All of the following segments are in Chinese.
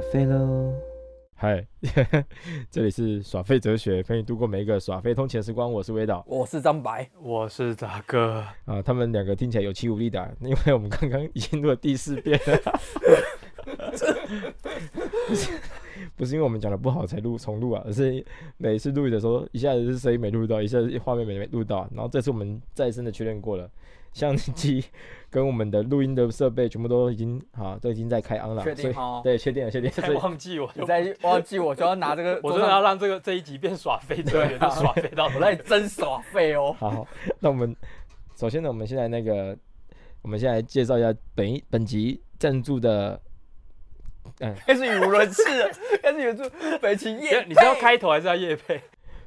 费喽。嗨， 这里是耍废哲学，陪你度过每一个耍废通勤时光。我是微导我是张白，我是大 哥，啊，他们两个听起来有气无力的啊、因为我们刚刚已经录了第四遍了。 不是不是因为我们讲的不好才录重录啊，而是每次录的时候，一下子是声音没录到，一下子画面没录到，啊然后这次我们再三的确认过了，相机跟我们的录音的设备全部都已经啊，都已经在开 on 了，确定所以哦对，确定了，确定了，再所以忘记我你就，再忘记我就要拿这个我桌真的要上，啊让这个这一集变耍飞哲学，就耍飞到我我在来。真耍废哦。好，那我们首先呢，我们现在那个，我们现在介绍一下本一本集赞助的，嗯， 开始语无伦次了，开始有这北京夜配， 你是要开头还是要夜配？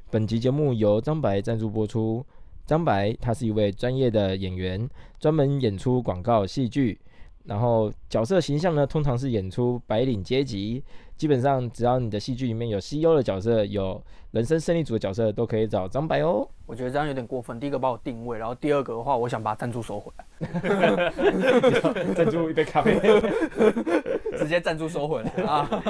本集节目由张白赞助播出。张白他是一位专业的演员，专门演出广告戏剧，然后角色形象呢，通常是演出白领阶级。基本上只要你的戏剧里面有 CEO 的角色，有人生胜利组的角色，都可以找张白哦。我觉得这样有点过分。第一个把我定位，然后第二个的话，我想把赞助收回来， 赞助一杯咖啡。直接赞助收回来 啊！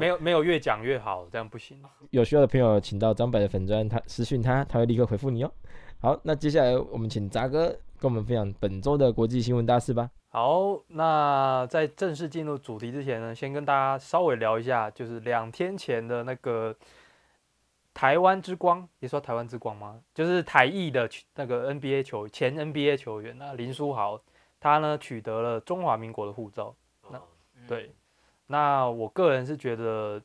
没有没有，越讲越好，这样不行。有需要的朋友，请到张白的粉砖，他私讯他，他会立刻回复你哦。好，那接下来我们请杂哥跟我们分享本周的国际新闻大事吧。好，那在正式进入主题之前呢，先跟大家稍微聊一下，就是两天前的那个台湾之光，也说台湾之光吗？就是台裔的球那个 NBA 球前 NBA 球员啊，林书豪，他呢取得了中华民国的护照。那对，那我个人是觉得，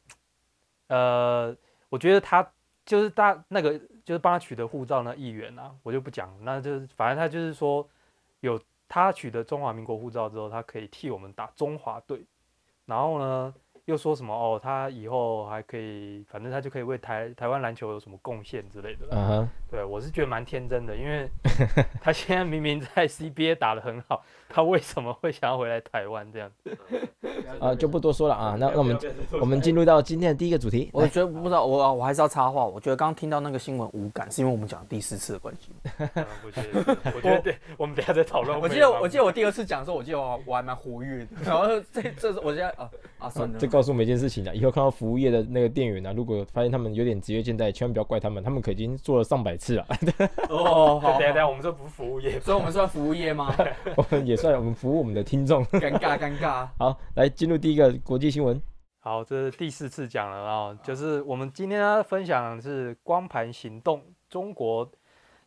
呃，我觉得他就是大那个就是帮他取得护照那议员啊，我就不讲了，那就是反正他就是说有他取得中华民国护照之后，他可以替我们打中华队，然后呢又说什么哦，他以后还可以，反正他就可以为台台湾篮球有什么贡献之类的。啊哈，对，我是觉得蛮天真的，因为他现在明明在 CBA 打得很好，他为什么会想要回来台湾这样？啊，就不多说了啊。那那我们我们进入到今天的第一个主题。我觉得不知道，我我还是要插话。我觉得刚刚听到那个新闻无感，是因为我们讲第四次的关系。嗯我觉得，我觉得对，我们等一下再讨论。我记得我记得我第二次讲的时候，我记得我我还蛮活跃的。然后这这是我现在啊啊算了这，告诉我们一件事情啊，以后看到服务业的那个店员啊，如果发现他们有点职业倦怠，千万不要怪他们，他们可已经做了上百次啊了。哦等好一下，等一下，我们这不是服务业，所以我们算服务业吗？ 我们也算我们服务我们的听众。尴 尬尴尬。好，来进入第一个国际新闻。好，这是第四次讲了啊、就是我们今天要分享的是光盘行动。中国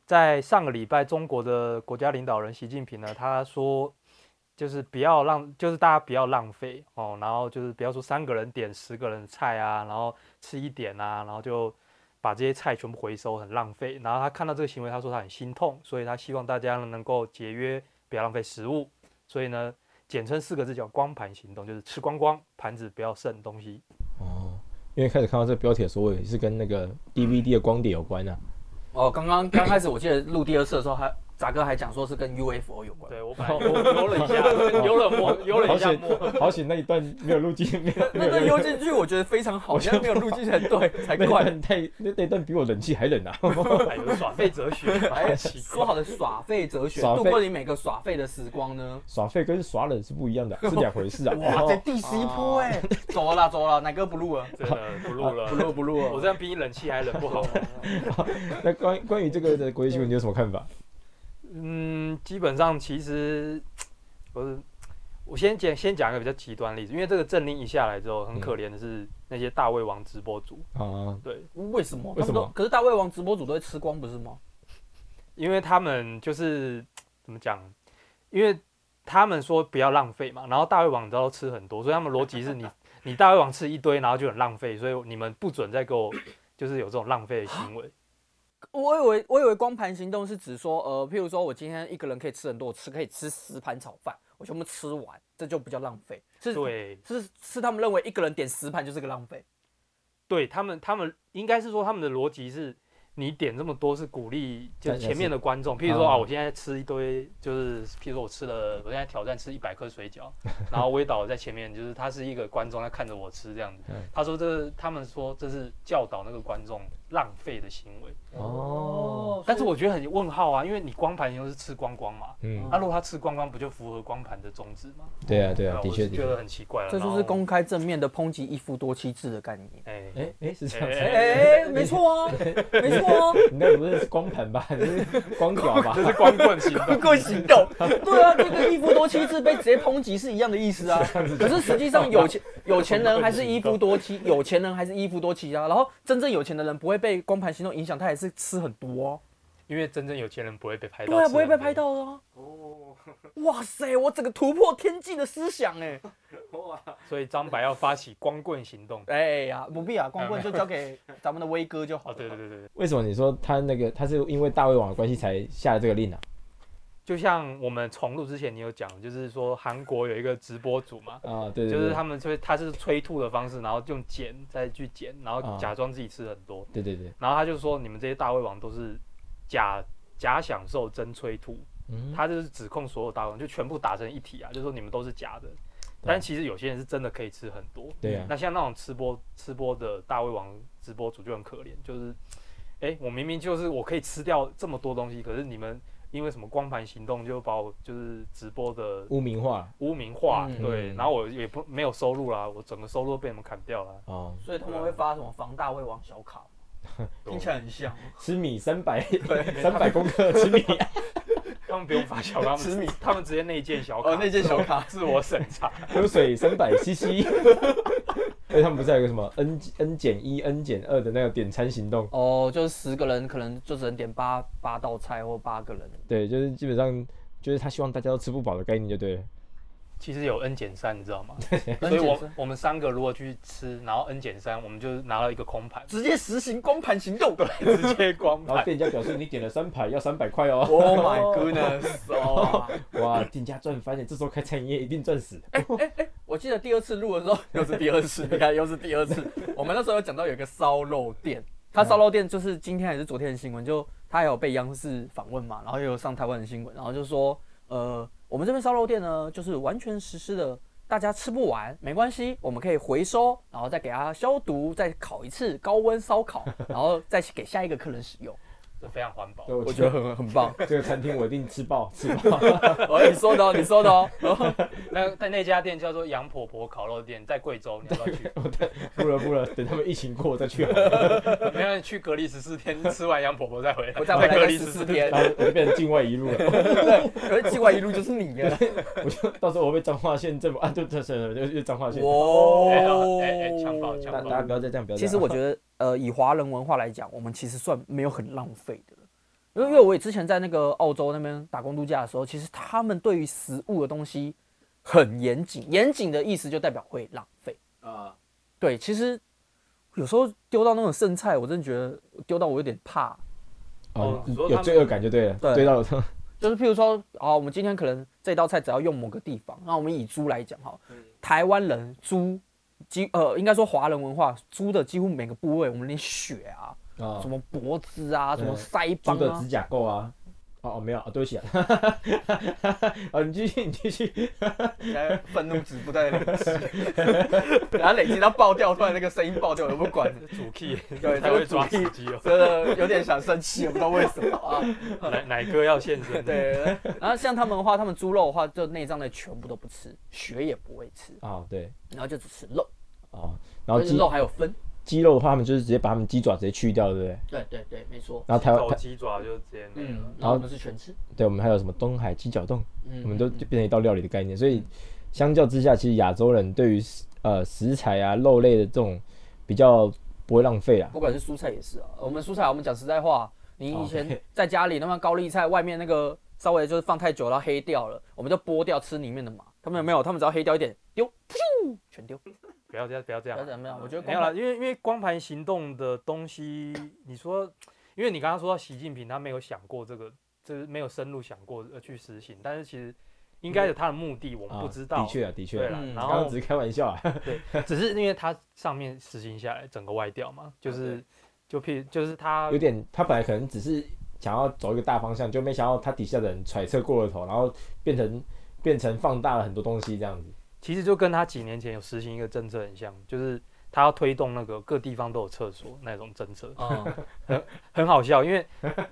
在上个礼拜，中国的国家领导人习近平呢，他说就是不要浪，就是大家不要浪费哦，然后就是不要说三个人点十个人的菜啊，然后吃一点啊，然后就把这些菜全部回收，很浪费。然后他看到这个行为，他说他很心痛，所以他希望大家呢能够节约，不要浪费食物。所以呢，简称四个字叫“光盘行动”，就是吃光光，盘子不要剩东西。哦，因为开始看到这标题的时候，我也是跟那个 DVD 的光碟有关啊。哦，刚刚刚开始我记得录第二次的时候还，杂哥还讲说是跟 UFO 有关。对我本来游游了一 下，游了墨，游了一下墨。好险那一段没有录进，没有那个幽进去我觉得非 常好，现在没有录进去才对，才那怪。段太那那段比我冷气还冷啊！ 哎呦，耍废哲 学，哎，哎，奇说怪。好的耍废哲学，耍废度过你每个耍废的时光呢？耍废跟耍冷是不一样 的，是两回事啊。然哇，后这第十一波哎，哦 走了啦走了啦，奶哥不录了，真的 不录了，不录不录我了。这样比你冷气还冷，不好吗？那关关于这个的国际新闻，你有什么看法？ 嗯，基本上其实不是，我先讲先讲一个比较极端的例子，因为这个政令一下来之后，很可怜的是那些大胃王直播主，啊，对，为什么？为什么他们都可是大胃王直播主都会吃光，不是吗？因为他们就是怎么讲，因为他们说不要浪费嘛，然后大胃王你知道都吃很多，所以他们逻辑是你你大胃王吃一堆，然后就很浪费，所以你们不准再给我就是有这种浪费的行为。我以为我以为光盘行动是指说，呃，譬如说我今天一个人可以吃很多，我吃可以吃十盘炒饭，我全部吃完，这就不叫浪费。是，对，是是他们认为一个人点十盘就是个浪费。对他们他们应该是说他们的逻辑是。你点这么多是鼓励，就是前面的观众，譬如说啊啊，我现在吃一堆，就是譬如说我吃了，我现在挑战吃一百颗水饺，然后微导在前面，就是他是一个观众，他看着我吃这样子嗯。他说这他们说这是教导那个观众浪费的行为。哦但是我觉得很问号啊，因为你光盘又是吃光光嘛，啊嗯那、，如果他吃光光，不就符合光盘的宗旨吗？对啊，对啊，我的是确，的觉确得很奇怪了。这就然是后公开正面的抨击一夫多妻制的概念。哎哎哎，是这样哎子， 哎、没错哦，没错 哦，你那不是光盘吧？你是光脚吧？ 这是光棍行动。各位行 动。对啊，这个一夫多妻制被直接抨击是一样的意思啊。可 是实际上有 钱有钱人还是一夫多妻，有钱人还是一夫多妻啊。然后真正有钱的人不会被光盘行动影响，他也是吃很多、哦。因为真正有钱人不会被拍到，对啊，不会被拍。到的啊。哇塞，我整个突破天际的思想哎、所以张白要发起光棍行动。哎呀，不必啊，光棍就交给咱们的威哥就好哦，了。对对对对，对为什么你说他那个他是因为大胃王的关系才下了这个令啊？就像我们重录之前，你有讲，就是说韩国有一个直播主嘛，啊，对对，就是对他们吹，他是催吐的方式，然后用剪再去剪，然后啊假装自己吃很多，对对对，然后他就说你们这些大胃王都是假假享受真催吐，嗯，他就是指控所有大胃王就全部打成一体啊，就说你们都是假的。但其实有些人是真的可以吃很多，对嗯啊那像那种吃播吃播的大胃王直播主就很可怜，就是，哎、我明明就是我可以吃掉这么多东西，可是你们因为什么光盘行动就把我就是直播的污名化污名化，嗯对，然后我也不没有收入啦，我整个收入都被你们砍掉了。哦，所以他们会发什么防大胃王小 卡，听起来很像。吃米三百三百公克吃米，他们不用发 小卡，他吃米们他们直接内建小卡，哦，那件小 卡自我审查，喝水三百 CC。哎，他们不是还有个什么 N N 减一、N 减二的那个点餐行动？哦，就是十个人可能就只能点八八道菜或八个人。对，就是基本上就是他希望大家都吃不饱的概念就对了。其实有 N 减三，你 知道吗？ N 所以我减三，我们三个如果去吃，然后 N 减三，我们就拿到一个空盘 直接实行光盘行动。直接光然后盘。店家表示你点了三盘要三百块哦， Oh my goodness！哦，哇，店家赚翻了，这时候开餐饮业一定赚死。我记得第二次录的时候又是第二次，你看又是第二次。 我们那时候有讲到有一个烧肉店，他烧肉店就是今天还是昨天的新闻，就他还有被央视访问嘛，然后又有上台湾的新闻，然后就说，呃，我们这边烧肉店呢，就是完全实施的。大家吃不完没关系，我们可以回收，然后再给它消毒，再烤一次高温烧烤，然后再给下一个客人使用。这非常环保对，。我我觉觉得得很很 棒。这个餐厅我一定吃爆吃 爆。哦，你说的哦，你说的哦。那但那家店叫做杨婆婆烤肉店，在贵州，你要不要去？ 不了不了，等他们疫情过再去好了。 没有，你去隔离十四天，吃完杨婆婆再回来，我再回来隔隔离离十十四四天。天， 然后我就变成境外一路了，可是寄完一路就是你啊了。我就到时候我被彰化县政府啊，就 就就就彰化县。哎哦哎哎强暴强大暴大家不要再这样，不要再这样。其实我觉得，呃，以华人文化来讲，我们其实算没有很浪费的了。因为因为我也之前在那个澳洲那边打工度假的时候，其实他们对于食物的东西很严谨，严谨的意思就代表会浪费。啊，对，其实有时候丢到那种剩菜，我真的觉得丢到我有点怕。哦哦你说他有们罪恶感就对了，对对到了。就是譬如说，啊，我们今天可能这道菜只要用某个地方，那我们以猪来讲哈，台湾人猪几呃，应该说华人文化猪的几乎每个部位，我们连血啊、啊什么脖子啊、什么嗯腮猪帮的啊指，甲垢啊。哦哦，没有啊，对不起啊。 哦，你继续，你继续。愤怒值不断的累积， 然后累积到爆掉，突然那个声音爆掉，我不管， 主 key 对才会抓时机哦。真的有点想生气，不知道为什么啊。奶奶哥要现身。，对，然后像他们的话，他们猪肉的话，就内脏类全部都不吃，血也不会吃，啊，对。然后就只吃肉，哦，然后而且鸡肉还有分。鸡肉的话，他们就是直接把他们鸡爪直接去掉，对不对？对对对，没错。然后台湾，手台鸡爪就直接没了。嗯，然然后后我们是全吃，对我们还有什么东海鸡脚冻，嗯我们都就变成一道料理的概念。所以，相较之下，其实亚洲人对于食呃食材啊肉类的这种比较不会浪费啊。不管是蔬菜也是啊。我们蔬菜，我们讲实在话，你以哦前 OK 在家里那么高丽菜，外面那个稍微就是放太久了黑掉了，我们就剥掉吃里面的嘛。他们没有，他们只要黑掉一点丢，噗全丢。不要这样，不要这不要样。怎么样，我觉得没有啦，因为因为光盘行动的东西，你说，因为你刚刚说到习近平，他没有想过这个，就是没有深入想过呃去实行，但是其实应该有他的目的，我们啊不知道。的确啊，的确对啊。啦，嗯然刚刚后只是开玩笑啊。只是因为它上面实行下来，整个歪掉嘛，就是就譬就是它有点，他本来可能只是想要走一个大方向，就没想到他底下的人揣测过了头，然后变成变成放大了很多东西这样子。其实就跟他几年前有实行一个政策很像，就是他要推动那个各地方都有厕所那种政策， 啊，很好笑，因为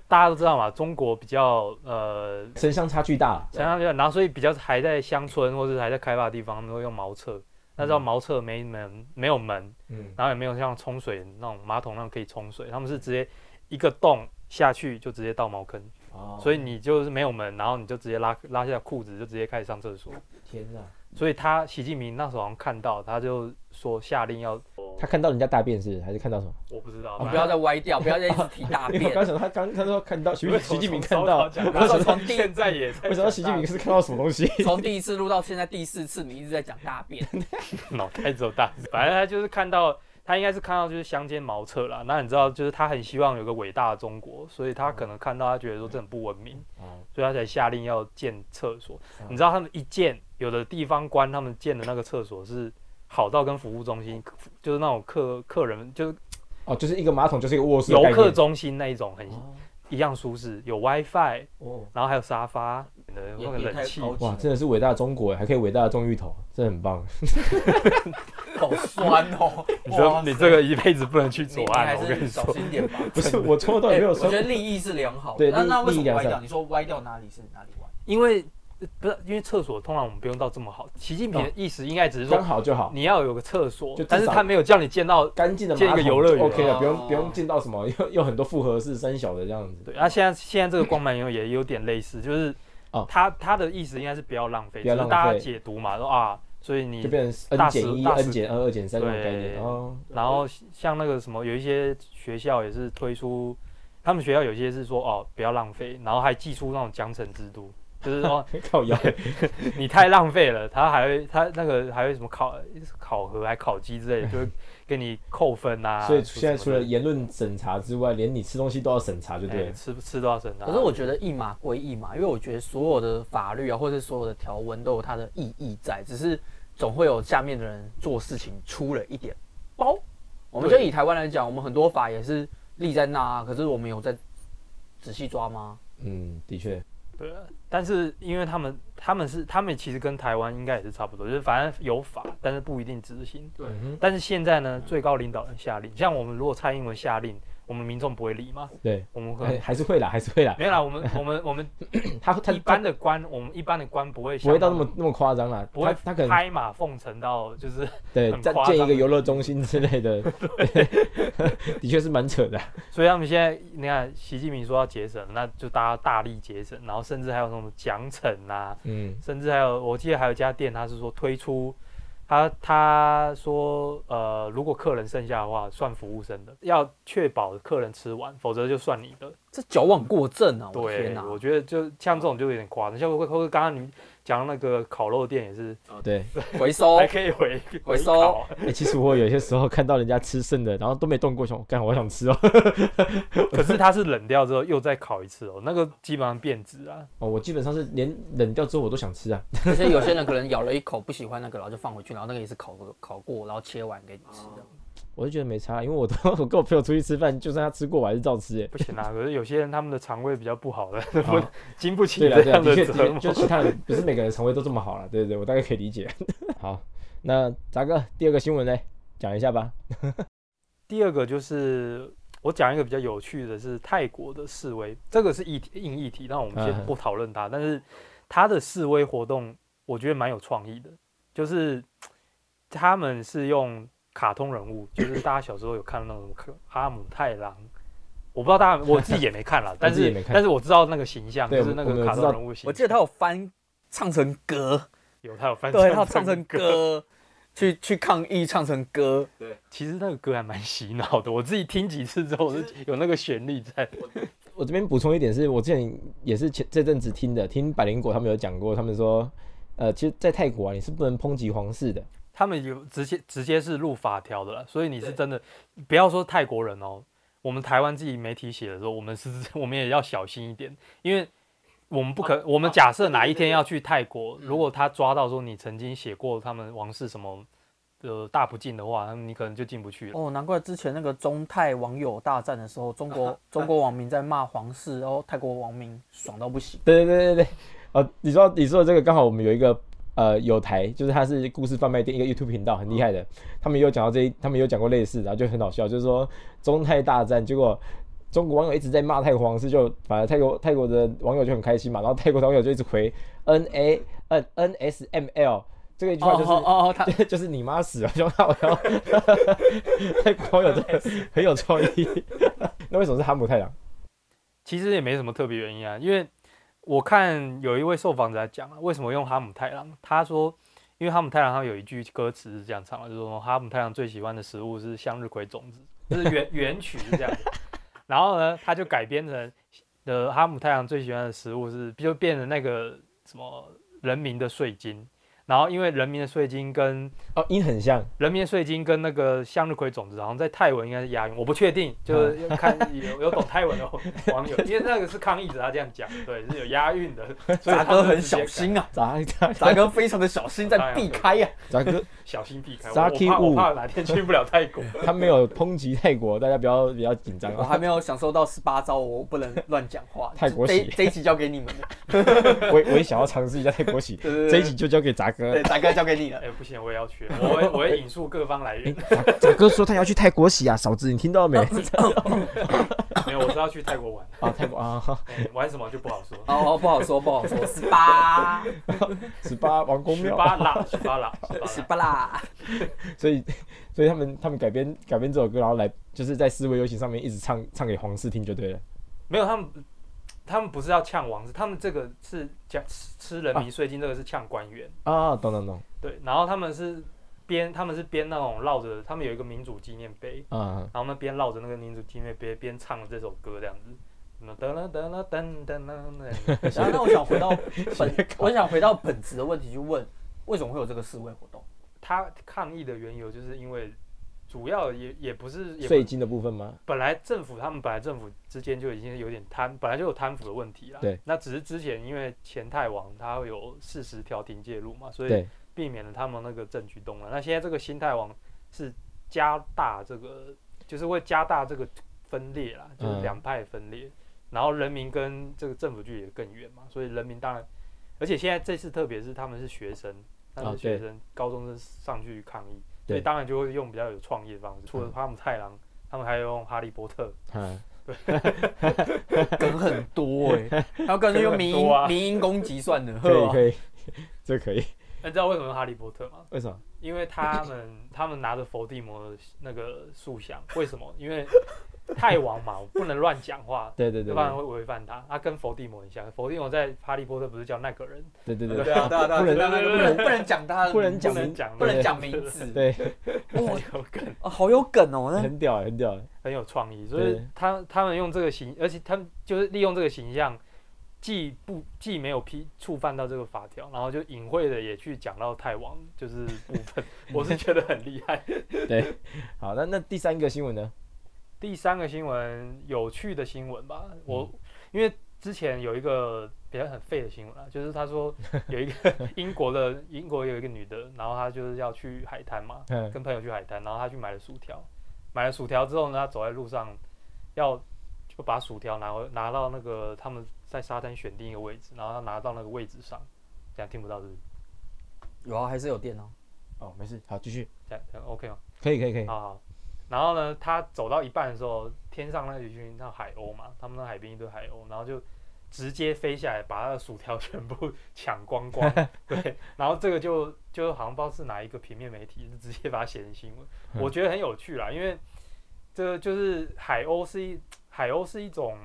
大家都知道嘛，中国比较呃城乡差距大，城乡比较，然后所以比较还在乡村或者还在开发的地方，他们会用茅厕。那知道茅厕没门，没有门，嗯，然后也没有像冲水那种马桶那种可以冲水，他们是直接一个洞下去就直接到茅坑，哦所以你就是没有门，然后你就直接拉拉下裤子就直接开始上厕所。天哪，所以他习近平那时候好像看到，他就说下令要，他看到人家大便是还是看到什么？我不知道，你不要再歪掉，不要再一直提 大因为我便。刚想他刚他说看 到习因为习近平看到，然后从从现在也我想到习近平是看到什么东西？从第一次录到现在第四次，你一直在讲大便， 脑袋只有大字，反正他就是看到，他应该是看到就是乡间茅厕啦。那你知道，就是他很希望有个伟大的中国，所以他可能看到他觉得说这很不文明， 哦所以他才下令要建厕所嗯。你知道他们一建，有的地方官他们建的那个厕所是好到跟服务中心，就是那种客客人哦就是哦，就是一个马桶就是一个卧室的游概念，客中心那一种很哦一样舒适，有 WiFi，哦，然后还有沙发，有那个也也太冷气，高级哇，真的是伟大的中国，还可以伟大的中芋头，真的很棒。好酸哦。 你这哇你这个一辈子不能去你左你岸还哦，我跟是你说小。心点 吧。不是我从头到尾哎没有我说觉，得利益是良好的。对那利那为什利益么良歪掉？善你说歪掉哪里是哪里歪？因为呃不是因为厕所通常我们不用到这么好，习近平的意思应该只是刚说好嗯就好，你要有个厕所就至，少但是他没有叫你建到。干净的建一马个桶游乐园啊就 OK 了，哦不用不用进到什么 又又很多复合式三小的这样子，对，那、现在现在这个光盘游也有点类似，就是哦他他的意思应该是不要浪费，不只要是浪费大家解读嘛，说啊，所以就你变成大 n 减一、大十 n 减二、二减三这种概对念。哦，然后像那个什么，有一些学校也是推出，他们学校有些是说哦不要浪费，然后还寄出那种奖惩制度，就是说靠腰，你太浪费了，他还会他那个还会什么考考核还考鸡之类的，就会给你扣分啊。 所以什么现在什除么的了言论审查之外，连你吃东西都要审查，就对哎了。吃吃多少省啊？可是我觉得一码归一码，因为我觉得所有的法律啊，或者所有的条文都有它的意义在，只是总会有下面的人做事情出了一点包。我们就对以台湾来讲，我们很多法也是立在那啊，可是我们有在仔细抓吗？嗯，的确，对啊，但是因为他们他们是他们其实跟台湾应该也是差不多，就是反正有法，但是不一定执行。对嗯但是现在呢，最高领导人下令，像我们如果蔡英文下令，我们民众不会理嘛，哼，对，我们可能哎。还是会啦，还是会 啦。没有啦，我们我们我们他 他一般的的官，我们一般的官不会不会想到那么那么夸张啦，不会他他可能拍马奉承到就是对很再夸张建一个游乐中心之类 的， 的确是蛮扯的。所以他们现在你看，习近平说要节省，那就大家大力节省，然后甚至还有什么奖惩啊，嗯，甚至还有我记得还有一家店，他是说推出，他他说呃，如果客人剩下的话，算服务生的，要确保客人吃完，否则就算你的。这矫枉过正啊！我的天对，哪！哦我觉得就像这种就有点夸张，像会会刚刚你讲那个烤肉店也是，对。 回收还可以回哦回收烤，哎，其实我有些时候看到人家吃剩的，然后都没动过，想干，我想吃哦。可是它是冷掉之后又再烤一次哦，那个基本上变质啊。哦，我基本上是连冷掉之后我都想吃啊。而且有些人可能咬了一口不喜欢那个，然后就放回去，然后那个也是烤过烤过，然后切完给你吃的。我就觉得没差，因为我都我跟我朋友出去吃饭，就算他吃过，我还是照吃。哎，不 行啊，可是有些人他们的肠胃比较不好的， 好不经不起哦对了，这对啦，啊样的确，的折确，磨。就其他人不是每个人肠胃都这么好了，对对对，我大概可以理解。 好，那杂哥第二个新闻呢，讲一下吧。 第二个就是我讲一个比较有趣的是泰国的示威，这个是议题硬议题，那我们嗯先不讨论它，但是它的示威活动我觉得蛮有创意的，就是他们是用卡通人物，就是大家小时候有看到那种可阿姆太郎。我不知道大家，我自己也没看 了，但自己也是没看但是我知道那个形象，对就是那我们个有卡知通道人物形象。我记得他有翻唱成歌，有他有翻对，唱，他有唱成歌，去去抗议唱成歌。其实那个歌还蛮洗脑的，我自己听几次之后，我就有那个旋律在。我这边补充一点是，我之前也是前这阵子听的，听百灵果他们有讲过，他们说，呃，其实，在泰国啊，你是不能抨击皇室的。他们有直接直接是入法条的了，所以你是真的不要说泰国人哦，我们台湾自己媒体写的时候，我们是 我们也要小心一点，因为我们不哦可，我们假设哪一天要去泰国，嗯如果他抓到说你曾经写过他们王室什么呃大不敬的话，那么你可能就进不去了。哦，难怪之前那个中泰网友大战的时候，中 国中国网民在骂皇室，然后泰国网民爽到不行。对对对对对，哦，你说你说的这个刚好我们有一个啊、呃有台，就是它是故事贩卖店一个 YouTube 频道，很厉害嗯的。他们也有讲到这一，他们也有讲过类似的，然后就很好笑，就是说中泰大战，结果中国网友一直在骂泰国皇室，就反而泰国泰国的网友就很开心嘛，然后泰国的网友就一直回 N A N N S M L 这个一句话哦就是。哦哦，他 就是你妈死了，兄弟，我要 泰国网友真的很有创意。 那为什么是哈姆太郎？其实也没什么特别原因啊，因为我看有一位受访者在讲啊，为什么用哈姆太郎？他说，因为哈姆太郎他有一句歌词是这样唱的，就是说哈姆太郎最喜欢的食物是向日葵种子，就是原原曲是这样子。然后呢，他就改编成呃哈姆太郎最喜欢的食物是就变成那个什么人民的税金。然后因为人民的税金跟哦，音很像，人民税金跟那个向日葵种子，好像在泰文应该是押韵，我不确定，就是嗯要看有有懂泰文的 网友，因为那个是抗议者他这样讲，对，是有押韵 的，所以杂他哥们很直接小改，心啊，咋咋杂哥非常的小心在避开啊呀、咋哥小心避开，我我 Saki 怕我物怕哪天去不了泰 国。他没有抨击泰国，大家不要比较紧张我啊。还没有享受到十八招，我不能乱讲话。泰国这洗这一集交给你们 的，我也我也想要尝试一下泰国喜， 对对对这一集就交给杂哥对，。杂哥交给你了哎、。不行，我也要去，我会我会引述各方来源，杂 杂哥说他要去泰国洗啊，嫂子你听到没？ 没有，我是要去泰国玩， 啊，泰国啊，哎玩什么就不好说。哦哦，不好说，不好说，十八，十八王哦公十庙，八啦，十八 啦，十八十啦。八啦。所以所以他们他们改编改编这首歌，然后来就是在思维游行上面一直唱唱给皇室听就对了。没有，他们他们不是要呛王子，他们这个是讲吃吃人民税金，这个是呛官员。啊，懂懂懂对，然后他们是边他们是边那种绕着，他们有一个民主纪念碑，啊，然后他们边绕着那个民主纪念碑边唱这首歌这样子。什么噔噔噔噔噔噔 噔，然后，那我想回到本，搞我想回到本质的问题去问，为什么会有这个示威活动？他抗议的缘由就是因为主要也也不是也不税金的部分吗？本来政府他们本来政府之间就已经有点贪，本来就有贪腐的问题啦。对，那只是之前因为前泰王他会有事实调停介入嘛，所以对，避免了他们那个政局动乱。那现在这个新泰王是加大这个，就是会加大这个分裂啦，就是嗯两派分裂，然后人民跟这个政府距离也更远嘛，所以人民当然，而且现在这次特别是他们是学生，他们啊是学对生、高中生上去抗议，对所以当然就会用比较有创意的方式，除了嗯哈姆太郎，他们还用哈利波特，啊，梗很多哎、 然后干脆用民梗很多啊音民音攻击算了。可以可以， 这可以，那你知道为什么用哈利波特吗？为什么？因为他 们他们拿着伏地魔的那个塑像，为什么？因为泰王 嘛，我不能乱讲话，对对对要不然会违反他。他跟伏地魔很像，伏地魔在《哈利波特》不是叫那个人，对对对对对啊，对啊，对啊，不能对啊对啊不能不能讲他的名字，不能不讲能讲不能人讲名字。对， 哦，有梗，哦好有梗哦，那很屌很屌，很有创意。所以对他他们用这个形，而且他们就是利用这个形象，既不既没有批触犯到这个法条，然后就隐晦的也去讲到泰王就是部分，我是觉得很厉害。对，好，那那第三个新闻呢？第三个新闻，有趣的新闻吧。我、因为之前有一个比较很废的新闻啊，就是他说有一个 英国的英国有一个女的，然后她就是要去海滩嘛，嗯跟朋友去海滩，然后她去买了薯条，买了薯条之后呢，她走在路上要就把薯条拿回拿到那个他们在沙滩选定一个位置，然后她拿到那个位置上，这样听不到是不是？有啊，还是有电哦。哦，没事，好，继续，这样这样 OK 哦吗？可以可以可以，好好，然后呢，他走到一半的时候，天上那一群那海鸥嘛，他们那海边一堆海鸥，然后就直接飞下来，把他的薯条 全部抢光光。对，然后这个就就好像不知道是哪一个平面媒体，直接把它写成新闻，我觉得很有趣啦，因为这个就是海鸥是一海鸥是一种。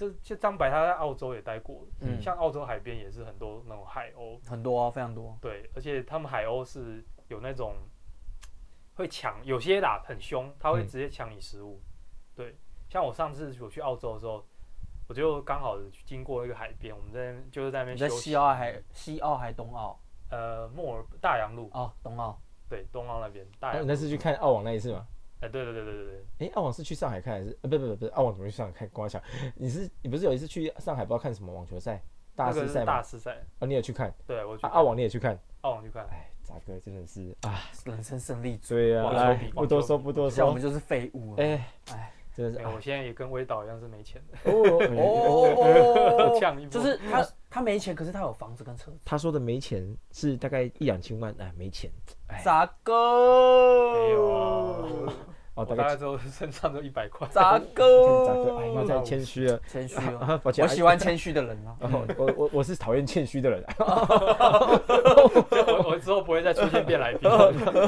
就就张白他在澳洲也待过，嗯像澳洲海边也是很多那种海鸥，很多啊，非常多。对，而且他们海鸥是有那种会抢，有些啦很凶，他会嗯直接抢你食物。对，像我上次我去澳洲的时候，我就刚好经过一个海边，我们在那边就是在那边你休在息西。澳还西澳还东澳呃，墨尔大洋路，哦，东澳对，东澳那边大啊洋你路。那次去看澳网那一次吗？哎、对对对对对对，诶，澳网是去上海看还是？呃，不不不不是，澳网怎么去上海看？光想，你是你不是有一次去上海不知道看什么网球赛大那师个赛是吗？大师赛，啊，你也去看？对我去啊，看澳网你也去看？澳网去看，哎，咋哥真的是啊，人生胜利组，对网啊，球哎比不网多球说不多像我说们，就是废物啊。哎哎真的是哦哎、啊 哎我现在也跟微导一样是没钱的，哦哦哦哦呛一波就是他他没钱，可是他有房子跟车子。他说的没钱是大概一两千万，哎，没钱哎咋个？没有啊哦，我大大概概只有身上就一百块。 咋咋个？哎，要个？再谦虚了谦虚啊！哦，抱歉，我喜欢谦虚的人啊。哎。哦我我我是讨厌谦虚的人， 就我我之后不会再出现变来宾。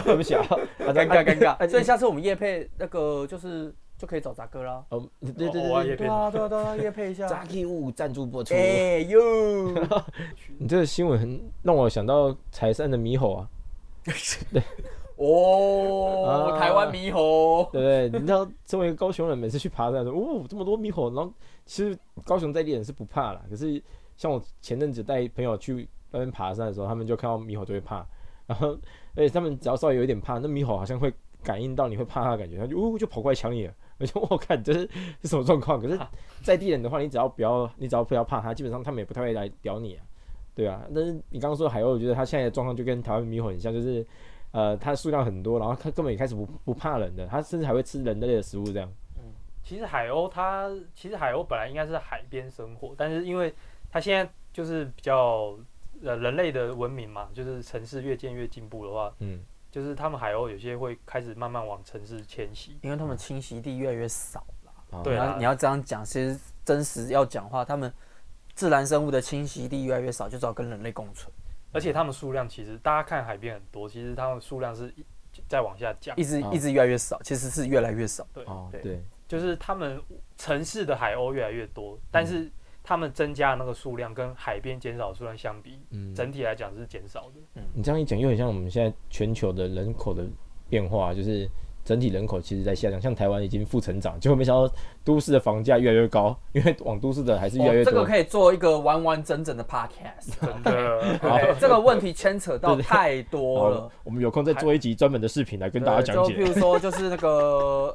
对不起 啊，啊尴尬尴。啊尬。 所以下次我们夜配那个就是就可以找杂哥啦。哦，对对我我对也对，对啊对啊对啊，夜配一 下。扎 K 物赞助播出。哎呦， 你这个新闻很让我想到财神的猕猴啊，哦，啊台湾猕猴。对不对？你知道，身为一个高雄人，每次去爬山说， 哦，这么多猕猴，然后其实高雄在地人是不怕啦，可是像我前阵子带朋友去那边爬山的时候，他们就看到猕猴就会怕，然后而且他们只要稍微有一点怕，那猕猴好像会感应到你会怕它的感觉，它就呜、就跑过来抢你了。 我就我看这是是什么状况？可是在地人的话，你只要不要你只要不要怕它，基本上他们也不太会来屌你啊，对啊。但是你刚刚说的海鸥，我觉得它现在的状况就跟台湾猕猴很像，就是呃，它数量很多，然后它根本也开始不不怕人的，它甚至还会吃人类的食物这样。其实海鸥它其实海鸥本来应该是海边生活，但是因为它现在就是比较呃人类的文明嘛，就是城市越建越进步的话，嗯，就是他们海鸥有些会开始慢慢往城市迁徙。因为他们侵袭地越来越少了。啊对你啊要你要这样讲，其实真实要讲话，他们自然生物的侵袭地越来越少，就只好跟人类共存，而且它们数量其实大家看海边很多，其实它们数量是一在往下降一，直啊一直越来越少，其实是越来越少。哦，对对，就是他们城市的海鸥越来越多，但是它们增加的那个数量跟海边减少的数量相比，嗯，整体来讲是减少的。你这样一讲，又很像我们现在全球的人口的变化，就是整体人口其实在下降，像台湾已经负成长，结果没想到都市的房价越来越高，因为往都市的还是越来越哦这多。个可以做一个完完整整的 podcast。真的， 对，这个问题牵扯到太多好了。，我们有空再做一集专门的视频来跟大家对讲就比解。如说，就是那个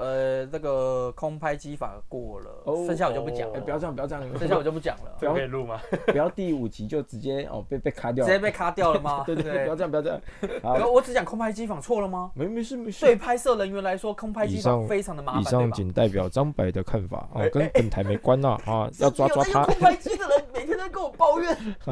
呃，那个空拍机法过了，哦剩下我就不讲哦哎了，不要这样，不要这样，剩下我就不讲了，这个可以 录吗？不要第五集就直接哦被被卡掉直了。接被卡掉了吗？对对对，不要这样，不要这样。然好，后我只讲空拍机房错了吗？没没事没事。对拍摄人员来说，空拍机以房上非常的麻以烦，对上吧？哎仅代表张白的看法啊，跟本台没关呐 啊，要抓抓他有在用。空拍机的人每天在跟我抱怨。好，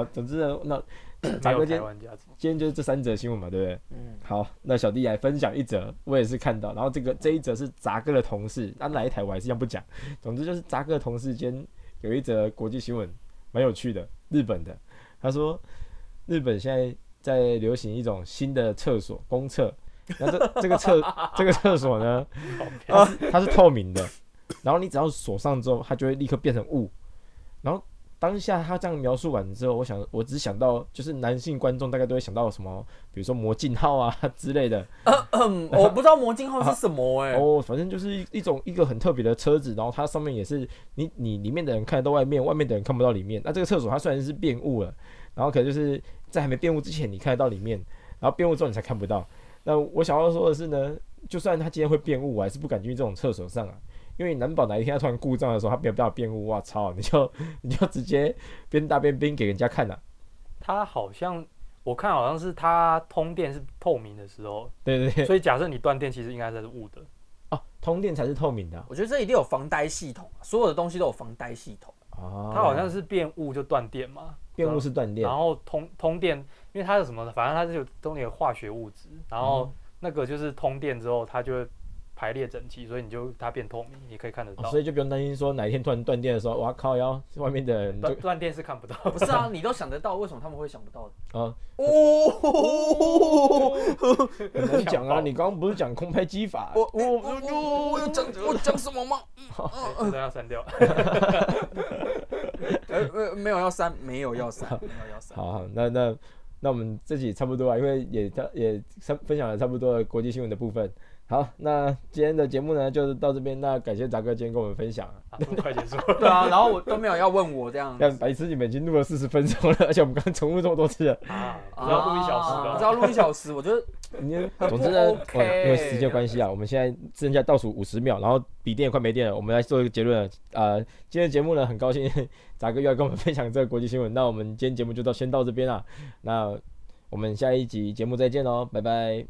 啊总之呢，那没杂有哥今台天湾价值。今天就是这三则新闻嘛，对不对？嗯，好，那小弟来分享一则，我也是看到，然后这个这一则是杂哥的同事，他、哪一台我还是一样不讲。总之就是杂哥的同事间有一则国际新闻，蛮有趣的，日本的。他说，日本现在在流行一种新的厕所，公厕。那这这个厕这个厕所呢，它是它是透明的，然后你只要锁上之后，它就会立刻变成雾。然后当下他这样描述完之后，我想我只想到就是男性观众大概都会想到什么，比如说魔镜号啊之类的。嗯我不知道魔镜号是什么哎、哦，反正就是一一种一个很特别的车子，然后它上面也是你你里面的人看得到外面，外面的人看不到里面。那这个厕所它虽然是变雾了，然后可能就是在还没变雾之前你看得到里面，然后变雾之后你才看不到。那我想要说的是呢，就算它今天会变雾，我还是不敢进去这种厕所上啊。因为难保哪一天它突然故障的时候，它变不到变雾，哇操！你就你就直接边大便边给人家看啊呐、它好像我看好像是它通电是透明的时候， 对对对，所以假设你断电，其实应该是雾的。哦，通电才是透明的啊。我觉得这一定有防呆系统、所有的东西都有防呆系统。哦它好像是变雾就断电嘛，变雾是断电然，后通通电，因为它有什么，反正它是有都有化学物质，然嗯后那个就是通电之后，它就会排列整齐，所以你就它变透明，你可以看得哦到。所以就不用担心说哪一天突然断电的时候，哇靠腰，外面的人就断断电是看不到，不是啊，你都想得到，为什么他们会想不到？ 啊，哦，很难讲强暴啊。你刚刚不是讲空拍机法？啊我我我我有讲我讲什么吗？真的要删 掉。啊呃呃，没有要删，没有要删，没有要删。好好，那那那我们这集差不多啊，因为也也差分享了差不多的国际新闻的部分。好，那今天的节目呢，就到这边。那感谢杂哥今天跟我们分享啊，啊这么快结 束了，对啊，然后我都没有要问我这样但白痴你们已经录了四十分钟了，而且我们刚刚重复这么多次了。啊，只要录一小时啊只了。要录一小时，我觉得你很不总之呢， OK 我因为时间关系啊，我们现在剩下倒数五十秒，然后笔电也快没电了，我们来做一个结论了。呃，今天的节目呢，很高兴 杂哥又要跟我们分享这个国际新闻，啊那我们今天节目就到先到这边啦，那我们下一集节目再见喽，拜拜。